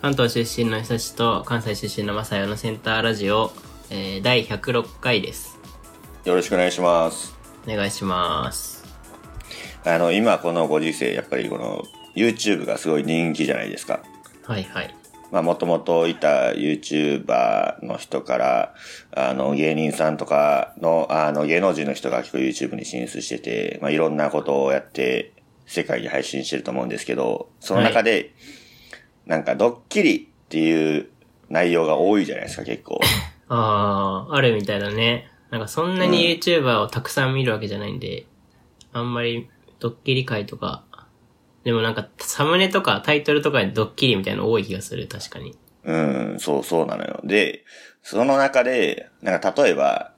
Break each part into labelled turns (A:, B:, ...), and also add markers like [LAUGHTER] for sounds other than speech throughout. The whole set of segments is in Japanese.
A: 関東出身の久しと関西出身のまさよのセンターラジオ、えー第106回です。
B: よろしくお願いします。
A: お願いします。
B: あの、今このご時世、やっぱりこの YouTube がすごい人気じゃないですか。
A: はいはい。
B: まあ、もともといた YouTuber の人から、あの、芸人さんとかの、あの、芸能人の人が結構 YouTube に進出してて、まあ、いろんなことをやって、世界に配信してると思うんですけど、その中で、なんか、ドッキリっていう内容が多いじゃないですか、結構。
A: あー、あるみたいだね。なんかそんなに YouTuber をたくさん見るわけじゃないんで、あんまりドッキリ会とか、でもなんかサムネとかタイトルとかにドッキリみたいなの多い気がする、確かに。
B: うん、そうそうなのよ。で、その中で、なんか例えば、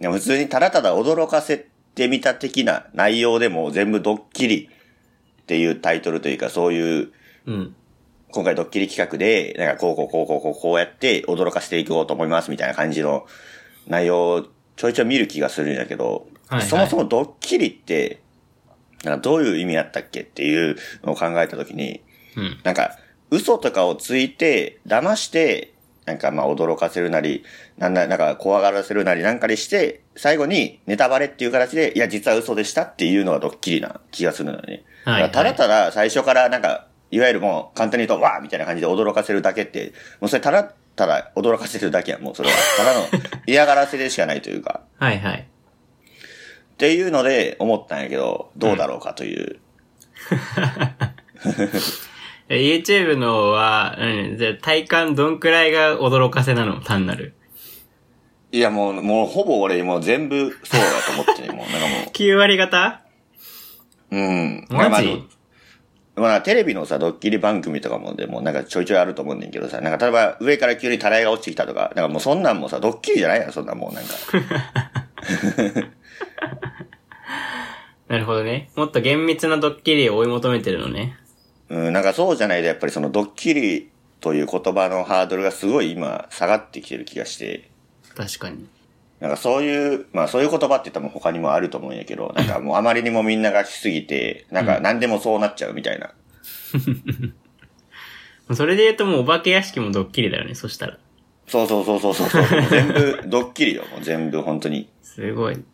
B: いや普通にただただ驚かせてみた的な内容でも全部ドッキリっていうタイトルというか、そういう、
A: うん。
B: 今回ドッキリ企画で、なんかこうこうこうこうこうこうやって驚かせていこうと思いますみたいな感じの内容をちょいちょい見る気がするんだけど、
A: はいはい
B: そもそもドッキリって、なんかどういう意味だったっけっていうのを考えたときに、
A: うん。
B: なんか、嘘とかをついて、騙して、なんかまあ驚かせるなり、なんだ、なんか怖がらせるなりなんかにして、最後にネタバレっていう形で、いや実は嘘でしたっていうのがドッキリな気がするのね。
A: はいはい
B: だからただただ最初からなんか、いわゆるもう簡単に言うと、わーみたいな感じで驚かせるだけって、もうそれただただ驚かせるだけやん、もうそれは。ただの嫌がらせでしかないというか。
A: はいはい。
B: っていうので思ったんやけど、どうだろうかという。
A: え YouTube のは、何じゃあ体感どんくらいが驚かせなの単なる。
B: いやもう、もうほぼ俺もう全部そうだと思ってる、もうなんかもう。
A: 9割方
B: うん。
A: マジ
B: まあまあ、まあテレビのさ、ドッキリ番組とかもでもなんかちょいちょいあると思うねんだけどさ、なんか例えば上から急にたらいが落ちてきたとか、なんかもうそんなんもさ、ドッキリじゃないやん、そんなんもうなんか。
A: なるほどね。もっと厳密なドッキリを追い求めてるのね。
B: うん、なんかそうじゃないとやっぱりそのドッキリという言葉のハードルがすごい今下がってきてる気がして、
A: 確かに。
B: なんかそういう、まあそういう言葉って多分他にもあると思うんやけど、なんかもうあまりにもみんながしすぎて、なんか何でもそうなっちゃうみたいな。
A: それで言うともうお化け屋敷もドッキリだよね、そしたら。
B: そうそうそうそうそうそう。もう全部ドッキリよ、もう全部本当に。
A: すごい。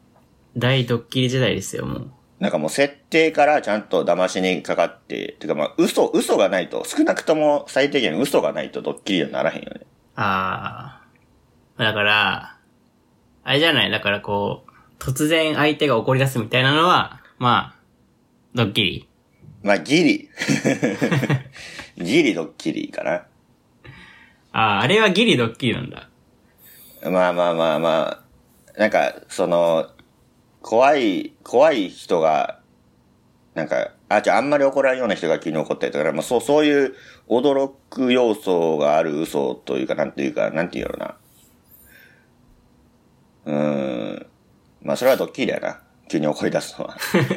A: 大ドッキリ時代ですよ、もう。
B: なんかもう設定からちゃんと騙しにかかって、てかまあ嘘、嘘がないと、少なくとも最低限嘘がないとドッキリにはならへんよね。
A: あー。だから、あれじゃない、だからこう、突然相手が怒り出すみたいなのは、まあ、ドッキリ。
B: まあギリ。 [LAUGHS] ギリドッキリかな。
A: あー、あれはギリドッキリなんだ。
B: まあまあまあまあ、なんかその、怖い、怖い人が、なんか、あ、じゃああんまり怒らんような人が急に怒ったりとか、まあそう、そういう驚く要素がある嘘というか、なんていうか、なんていうのな。うーん。まあそれはドッキリだな。急に怒り出すのは。
A: ちょっと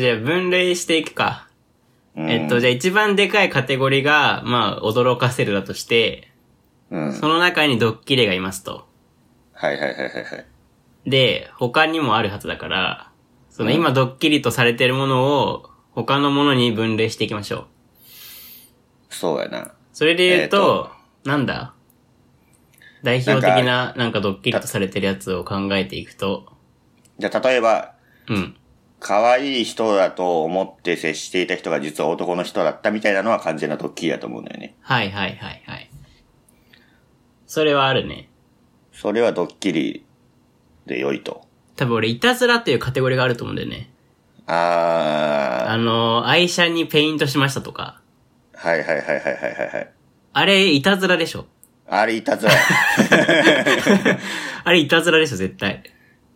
A: じゃあ分類していくか。
B: うん
A: えっと、じゃあ一番でかいカテゴリーが、まあ、驚かせるだとして、
B: うん。はい
A: その中にドッキリがいますと。
B: はいはいはいはい。
A: で、他にもあるはずだから、その今ドッキリとされてるものを、他のものに分類していきましょう。
B: そうやな。
A: それで言うと、
B: えー
A: なんだ代表的な、なんかドッキリとされてるやつを考えていくと、
B: じゃあ例えば、
A: うん。
B: 可愛い人だと思って接していた人が実は男の人だったみたいなのは完全なドッキリだと思うんだよね。
A: はいはいはいはい。それはあるね。
B: それはドッキリで良いと。
A: 多分俺、いたずらっていうカテゴリーがあると思うんだよね。
B: あ
A: あの、愛車にペイントしましたとか。
B: ー、はいはいはいはいはいはいはい。
A: あれ、いたずらでしょ。
B: あれいたずらや。 [LAUGHS]
A: あれ、いたずらでしょ、絶対。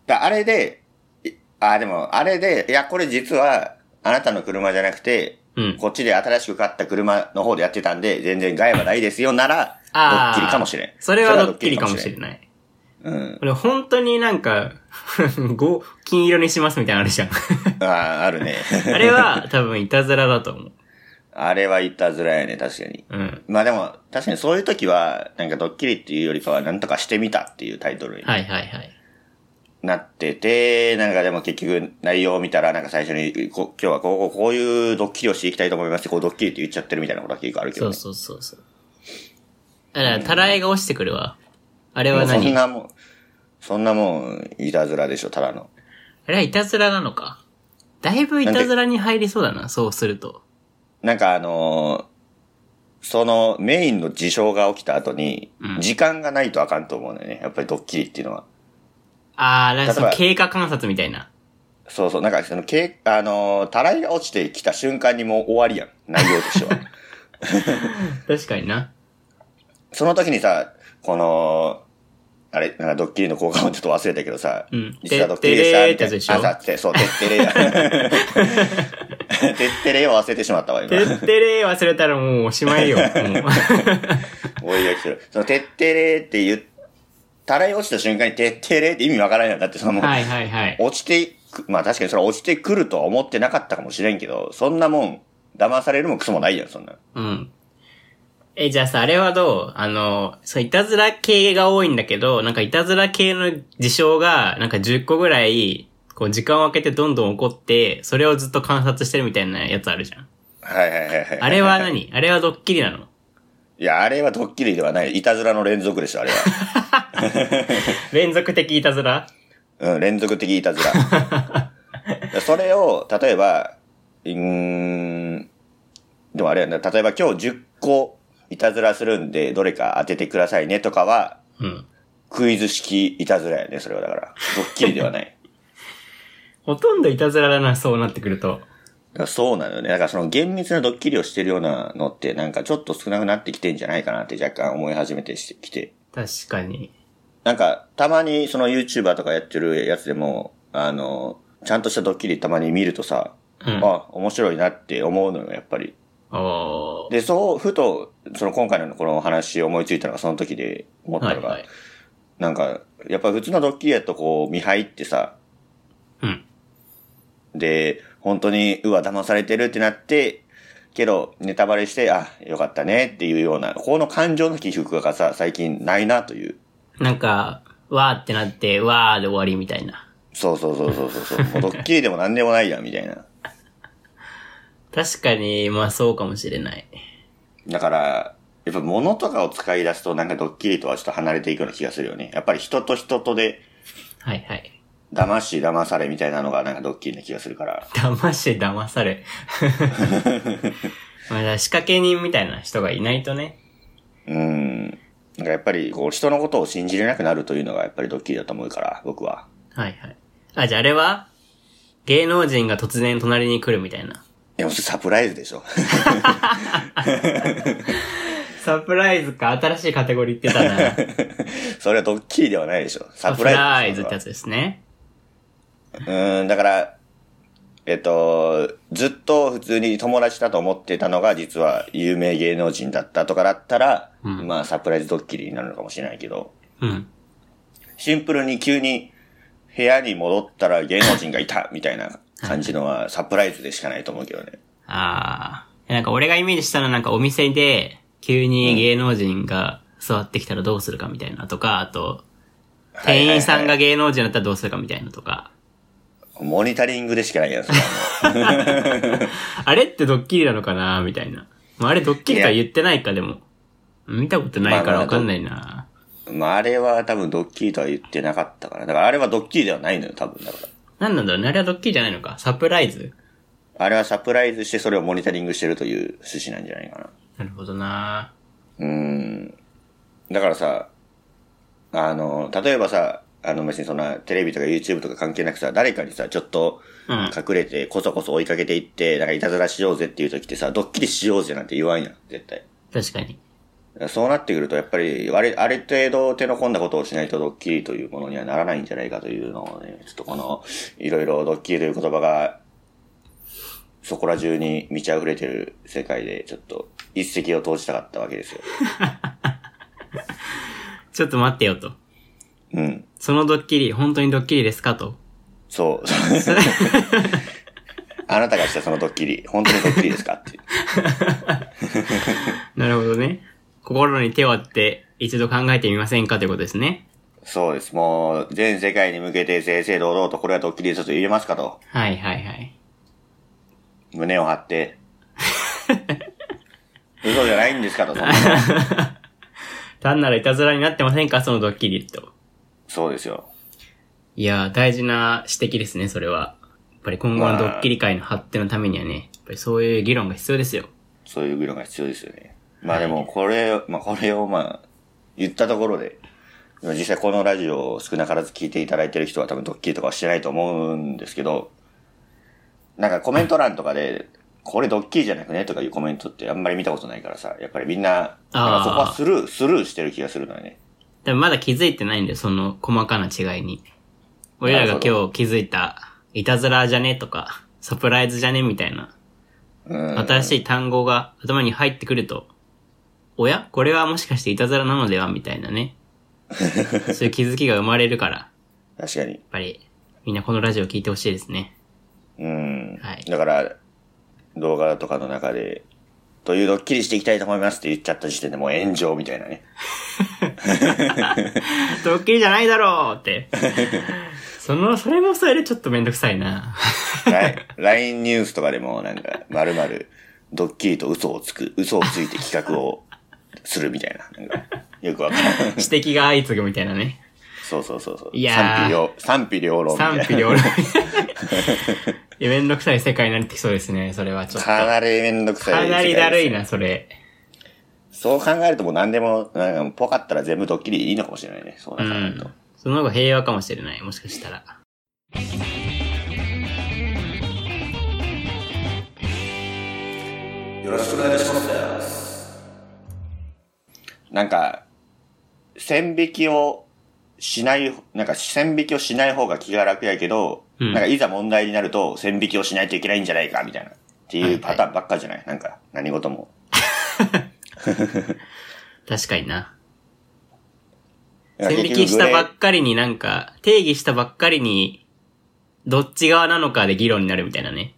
B: だあれで、いあーでも、あれで、いや、これ実は、あなたの車じゃなくて、
A: うん
B: こっちで新しく買った車の方でやってたんで、全然害はないですよなら、ドッキリかもしれん。
A: それはドッキリかもしれ
B: ん。
A: ない。
B: うん。
A: これ本当になんか、 [LAUGHS] ご、金色にしますみたいなのある
B: [LAUGHS]
A: じゃん。
B: ああ、あるね。
A: [LAUGHS] あれは多分いたずらだと思う。
B: あれはいたずらやね、確かに。
A: うん。
B: まあでも、確かにそういう時は、なんかドッキリっていうよりかは、なんとかしてみたっていうタイトルに
A: はいはいはい。
B: なってて、なんかでも結局内容を見たら、なんか最初に、こ今日はこうこういうドッキリをしていきたいと思いますってこうドッキリって言っちゃってるみたいなことは結構あるけ
A: そ
B: ど
A: う
B: ね。
A: そうそうそう。あら、たらいが落ちてくるわ。あれは
B: もうそん
A: 何あ
B: なもん、そんなもん、いたずらでしょ、ただの。
A: れはいたずらなのか。だいぶいたずらに入りそうだな、そうすると。
B: なんかあのーそのメインの事象が起きた後に
A: う、ん
B: 時間がないとあかんと思うのよね。やっぱりドッキリっていうのは。
A: あー、なんかその
B: 例えば
A: 経過観察みたいな。
B: そうそう、なんかその、けあのーたらいが落ちてきた瞬間にもう終わりやん。内容
A: [LAUGHS]
B: としては。
A: 確かに
B: [LAUGHS]
A: な。
B: その時にさ、この、あれ、なんかドッキリの効果もちょっと忘れたけどさ、
A: うん
B: 実はドッキリでした、み
A: て
B: た
A: ってれーってやつ
B: いな。
A: でしょ
B: あ、さって、そう、てっ
A: [LAUGHS]
B: てれーや。てってれーを忘れてしまったわ、今
A: て。ってれー忘れたらもうおしまい
B: [LAUGHS]
A: よ。もう
B: おいおいしてる。その、てってれーって言ったらい落ちた瞬間に、てってれーって意味わからないんだって、そのもう、
A: はいはいはい。
B: 落ちてく、まあ確かにそれは落ちてくるとは思ってなかったかもしれんけど、そんなもん、騙されるもクソもないやん、そんな。
A: うん。え、じゃあさ、あれはどうあの、そう、いたずら系が多いんだけど、なんかいたずら系の事象が、なんか10個ぐらい、こう、時間を空けてどんどん起こって、それをずっと観察してるみたいなやつあるじ [LAUGHS] ゃん。
B: はいはいはいはい。
A: あれは何あれはドッキリなの
B: いや、あれはドッキリではない。いたずらの連続でしょ、あれ
A: [LAUGHS]
B: は。
A: 連続的いたずら
B: うん、連続的いたずら。
A: [LAUGHS]
B: それを、例えば、うーん、でもあれやな、例えば今日10個いたずらするんで、どれか当ててくださいねとかは、
A: うん。
B: クイズ式いたずらやね、それはだから。ドッキリで
A: [LAUGHS]
B: はない。
A: ほとんどいたずらだな、そうなってくると。
B: だからそうなのよね。だからその厳密なドッキリをしてるようなのって、なんかちょっと少なくなってきてんじゃないかなって若干思い始めてしてきて。
A: 確かに。
B: なんか、たまにその YouTuber とかやってるやつでも、あの、ちゃんとしたドッキリたまに見るとさ、
A: うん
B: あ、面白いなって思うのよ、やっぱり。
A: おー。
B: で、そう、ふと、その今回のこのお話思いついたのがその時で思った
A: はい
B: のが、
A: はい。
B: なんか、やっぱ普通のドッキリやとこう、見入ってさ、
A: うん。
B: で、本当に、うわ、騙されてるってなって、けど、ネタバレして、あ、よかったねっていうような、この感情の起伏がさ、最近ないなという。
A: なんか、わーってなって、わーで終わりみたいな。
B: そうそうそうそうそうそう。もうドッキリでも何でもないやん、みたいな。
A: 確かに、まあそうかもしれない。
B: だから、やっぱ物とかを使い出すと、なんかドッキリとはちょっと離れていくような気がするよね。やっぱり人と人とで、
A: はいはい。
B: 騙し騙されみたいなのがなんかドッキリな気がするから。
A: 騙して騙され。 [LAUGHS] まあだから仕掛け人みたいな人がいないとね。
B: うん。なんかやっぱり、こう、人のことを信じれなくなるというのがやっぱりドッキリだと思うから、僕は。
A: はいはい。あ、じゃああれは芸能人が突然隣に来るみたいな。
B: でもサプライズでしょ。 [LAUGHS]
A: サプライズか、新しいカテゴリー言ってた
B: [LAUGHS]
A: な。
B: それはドッキリではないでしょ。サ
A: サ
B: プ
A: プラ
B: ラ
A: イ
B: イ
A: ズ
B: ズ
A: っ
B: で
A: てやつ
B: しょ。
A: ですね。
B: うん、だから、えっと、ずっと普通に友達だと思ってたのが、実は有名芸能人だったとかだったら、
A: うん
B: まあサプライズドッキリになるのかもしれないけど、
A: うん。
B: シンプルに急に部屋に戻ったら芸能人がいたみたいな感じのはサプライズでしかないと思うけどね。
A: あー。なんか俺がイメージしたのはなんかお店で、急に芸能人が座ってきたらどうするかみたいなとか、あと、店員さんが
B: はいはい
A: 芸能人だったらどうするかみたいなとか。
B: はいモニタリングでしかないやつ。
A: あれってドッキリなのかなみたいな。まあ、あれドッキリとは言ってないか、でも。見たことないからわかんないな。
B: まああれは多分ドッキリとは言ってなかったから。だからあれはドッキリではないのよ、多分だから。
A: なんなんだろうね。あれはドッキリじゃないのか。サプライズ
B: あれはサプライズしてそれをモニタリングしてるという趣旨なんじゃないかな。
A: なるほどな
B: うーん。だからさ、あの、例えばさ、あの別にそんなテレビとか YouTube とか関係なくさ、誰かにさ、ちょっと
A: うん。
B: 隠れてこそこそ追いかけていって、なんかいたずらしようぜっていう時ってさ、ドッキリしようぜなんて言わんやん、絶対。
A: 確かに。
B: だからそうなってくると、やっぱり、あれ、ある程度手の込んだことをしないとドッキリというものにはならないんじゃないかというのをね、ちょっとこの、いろいろドッキリという言葉が、そこら中に満ち溢れてる世界で、ちょっと一石を投じたかったわけですよ。
A: ちょっと待ってよと。
B: うん。
A: そのドッキリ、本当にドッキリですかと。
B: そう。 [LAUGHS] あなたがしたそのドッキリ、本当にドッキリですかっていう。
A: なるほどね。心に手を当てて、一度考えてみませんかということですね。
B: そうです。もう、全世界に向けて正々堂々とこれはドッキリですと言えますかと。
A: はいはいはい。
B: 胸を張って。嘘じゃないんですかと。そんなの
A: 単なるいたずらになってませんかそのドッキリと。
B: そうですよ。
A: いやー、大事な指摘ですね、それは。やっぱり今後のドッキリ界の発展のためにはね、やっぱりそういう議論が必要ですよ。
B: そういう議論が必要ですよね。まあでも、これ、まあこれをまあ、言ったところで、でも実際このラジオを少なからず聞いていただいてる人は多分ドッキリとかはしてないと思うんですけど、なんかコメント欄とかで、これドッキリじゃなくねとかいうコメントってあんまり見たことないからさ、やっぱりみんな、なんかそこはスルー、スルーしてる気がするのよね。
A: でもまだ気づいてないんだよ、その細かな違いに。俺らが
B: なるほ
A: 今日気づいた、いたずらじゃねとか、サプライズじゃねみたいな、
B: うん。
A: 新しい単語が頭に入ってくると、おやこれはもしかしていたずらなのではみたいなね。そういう気づきが生まれるから、や
B: 確かに。
A: っぱり、みんなこのラジオ聞いてほしいですね。
B: うん。
A: はい
B: だから、動画とかの中で、というドッキリしていきたいと思いますって言っちゃった時点でもう炎上みたいな
A: [LAUGHS]
B: ね。
A: ドッキリじゃないだろう
B: [LAUGHS]
A: って。その、それもそれでちょっとめんどくさいな。
B: ライ LINE ニュースとかでもなんか、まるまる、ドッキリと嘘をつく、嘘をついて企画をするみたいな。なんかよくわからん。
A: 指摘が相次ぐみたいなね。
B: そうそうそうそう。
A: いやー
B: 賛否両、賛否両論みたい
A: 賛
B: な。
A: 否両
B: [LAUGHS]
A: 論。いや、めんどくさい世界になってきそうですね、それはちょっと。
B: か
A: か
B: なりめんどくさい。
A: なりだるい。な、それ。
B: そう考えるともう何でも、なんか、ポカったら全部ドッキリでいいのかもしれないね。そう
A: う
B: な考えると。
A: ん。その方が平和かもしれない、もしかしたら。
B: よろしくお願いします。なんか、線引きをしない、なんか線引きをしない方が気が楽やけど、
A: うん
B: なんかいざ問題になると線引きをしないといけないんじゃないか、みたいな。っていうパターンばっかじゃない、なんか、何事も。
A: 確かにな。
B: なんか
A: 線
B: 結
A: 引
B: 局
A: きしたば
B: グレ
A: っかりになんか、定義したばっかりに、どっち側なのかで議論になるみたいなね。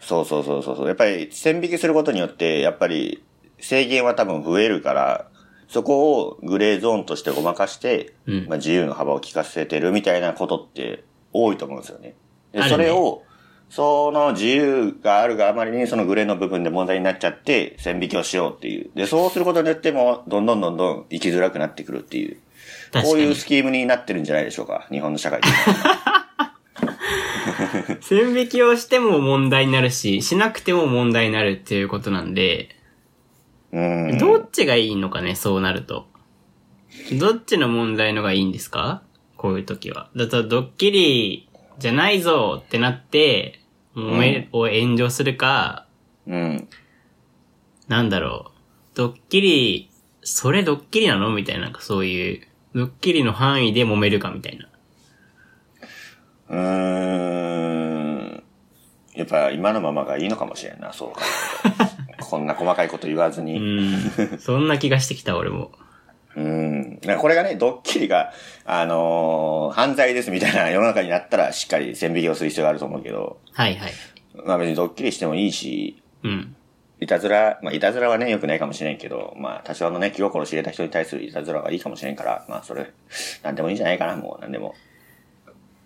B: ーそうそうそうそうそう。やっぱり線引きすることによって、やっぱり制限は多分増えるから、そこをグレーゾーンとしてごまかして、
A: うん
B: まあ、自由の幅を利かせてるみたいなことって多いと思うんですよね。で、
A: あるね
B: それを、その自由があるがあまりにそのグレーの部分で問題になっちゃって線引きをしようっていう。で、そうすることによっても、どんどんどんどん生きづらくなってくるっていう。
A: 確
B: こう
A: か
B: い
A: [LAUGHS]
B: う
A: に。
B: スキームになってるんじゃないでしょうか。日本の
A: [LAUGHS]
B: 社会で。
A: 線引きをしても問題になるし、しなくても問題になるっていうことなんで、
B: うん。
A: どっちがいいのかね、そうなると。どっちの問題のがいいんですかこういう時は。だと、ドッキリじゃないぞってなって、もえを炎上するか、
B: うん。
A: なんだろう。ドッキリ、それドッキリなのみたいな、なんかそういう、ドッキリの範囲で揉めるかみたいな。
B: うーん。やっぱ今のままがいいのかもしれんな、そうか。
A: [LAUGHS]
B: こんな細かいこと言わずに。
A: うん。そんな気がしてきた、俺も。
B: うん。なんかこれがね、ドッキリが、あのー犯罪ですみたいな世の中になったら、しっかり線引きをする必要があると思うけど、
A: はいはい。
B: まあ別にドッキリしてもいいし、
A: うん。
B: いたずら、まあいたずらはね、良くないかもしれんけど、まあ多少のね、気心知れた人に対するいたずらがいいかもしれんから、まあそれ、なんでもいいんじゃないかな、もう、なんでも。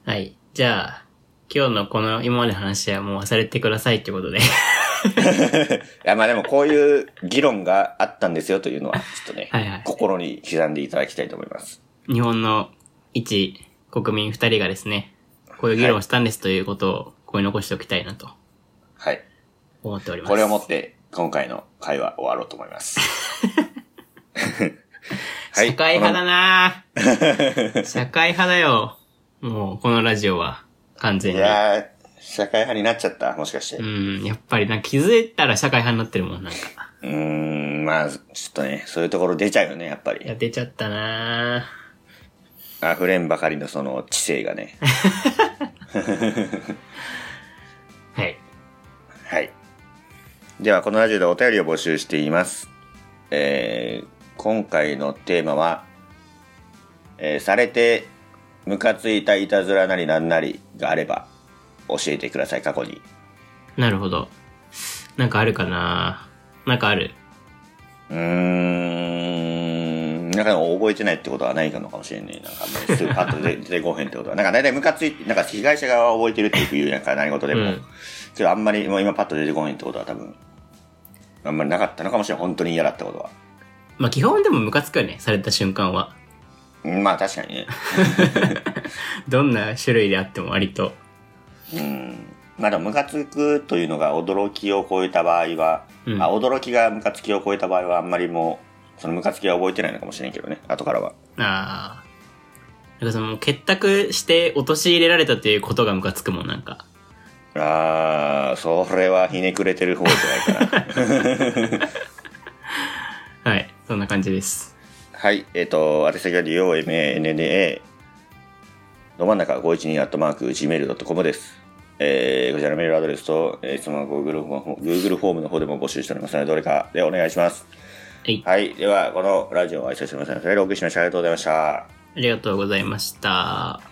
A: はい。じゃあ、今日のこの今までの話はもう忘れてくださいってことで。
B: いや、まあでもこういう議論があったんですよというのは、ちょっとね、
A: はいはい
B: 心に刻んでいただきたいと思います。
A: 日本の一国民二人がですね、こういう議論をしたんですということを、ここに残しておきたいなと
B: はい。
A: 思っております。
B: これをもって、今回の会話終わろうと思い
A: [LAUGHS]
B: ます。はい。
A: 社会派だな
B: [LAUGHS]
A: ぁ社会派だよ。もう、このラジオは、完全
B: い
A: に。
B: やー、社会派になっちゃった、もしかして。
A: う、
B: うん
A: やっぱりなんか気づいたら社会派になってるもん、なんか。
B: ーん、まあ、ちょっとね、そういうところ出ちゃうよね、やっぱ
A: いや、
B: り。
A: 出ちゃったなぁ
B: 溢れんばかりのその知性がね。
A: はい。
B: はい。では、このラジオでお便りを募集しています。えー、今回のテーマは、えーされて、ムカついたいたずらなりなんなりがあれば、教えてください、過去に。
A: なるほど。なんかあるかなぁなんかある。
B: うーん、うん、なんか覚えてないってことはないのかもしれない。なんかもうすぐパッと出出てこへんってことは。なんか大体ムカついて、なんか被害者側は覚えてるってよく言うやんか、何事でも。
A: うん
B: けどあんまりもう今パッと出てこへんってことは多分、あんまりなかったのかもしれない。本当に嫌だったことは。
A: まあ基本でもムカつくよね、された瞬間は。
B: うんまあ確かにね。
A: どんな種類であっても割と。
B: うん。まあでもムカつくというのが驚きを超えた場合は、
A: うん
B: あ驚きがムカつきを超えた場合はあんまりもう、そのムカつきは覚えてないのかもしれんけどね、後からは。
A: ああ。なんかその、結託して陥れられたということがムカつくもん、なんか。
B: ああ、それはひねくれてる方じゃないから。
A: はい。そんな感じです。
B: はい、えっ、と、あて先は DOMANNA、ど真ん中512アットマーク Gmail.com です。えーこちらのメールアドレスと、えー質問は Google フォーム Google フォームの方でも募集しておりますので、どれかでお願いします。
A: はい。
B: はい、では、このラジオを愛しておりますので、お送りしました。ありがとうございました。
A: ありがとうございました。